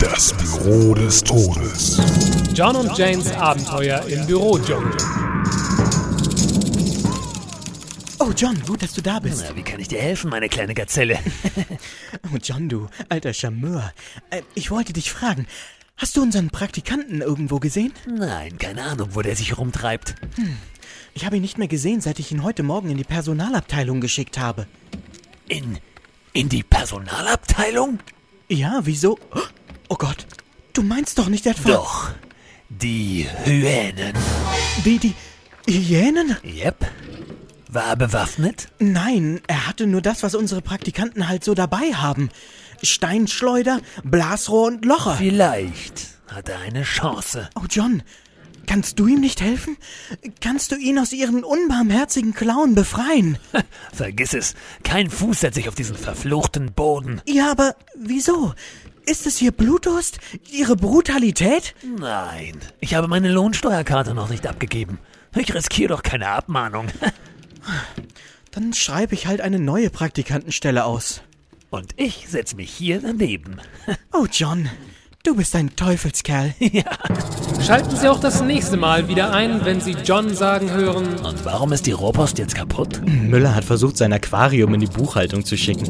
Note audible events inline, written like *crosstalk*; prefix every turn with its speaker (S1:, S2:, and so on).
S1: Das Büro des Todes.
S2: John und Janes Abenteuer im Büro, John.
S3: Oh, John, gut, dass du da bist.
S4: Na, wie kann ich dir helfen, meine kleine Gazelle?
S3: Oh, John, du alter Charmeur. Äh, ich wollte dich fragen, hast du unseren Praktikanten irgendwo gesehen?
S4: Nein, keine Ahnung, wo der sich rumtreibt.
S3: Ich habe ihn nicht mehr gesehen, seit ich ihn heute Morgen in die Personalabteilung geschickt habe.
S4: In. in die Personalabteilung?
S3: Ja, wieso? Oh Gott, du meinst doch nicht etwa...
S4: Doch. Die Hyänen.
S3: Die, die Hyänen?
S4: Yep. War er bewaffnet?
S3: Nein, er hatte nur das, was unsere Praktikanten halt so dabei haben. Steinschleuder, Blasrohr und Locher.
S4: Vielleicht hat er eine Chance.
S3: Oh, John, kannst du ihm nicht helfen? Kannst du ihn aus ihren unbarmherzigen Klauen befreien?
S4: Vergiss es, kein Fuß setzt sich auf diesen verfluchten Boden.
S3: Ja, aber wieso? Ist es hier Blutdurst? Ihre Brutalität?
S4: Nein, ich habe meine Lohnsteuerkarte noch nicht abgegeben. Ich riskiere doch keine Abmahnung. *laughs*
S3: Dann schreibe ich halt eine neue Praktikantenstelle aus.
S4: Und ich setze mich hier daneben.
S3: Oh, John, du bist ein Teufelskerl.
S2: Schalten Sie auch das nächste Mal wieder ein, wenn Sie John sagen hören.
S4: Und warum ist die Rohrpost jetzt kaputt?
S5: Müller hat versucht, sein Aquarium in die Buchhaltung zu schicken.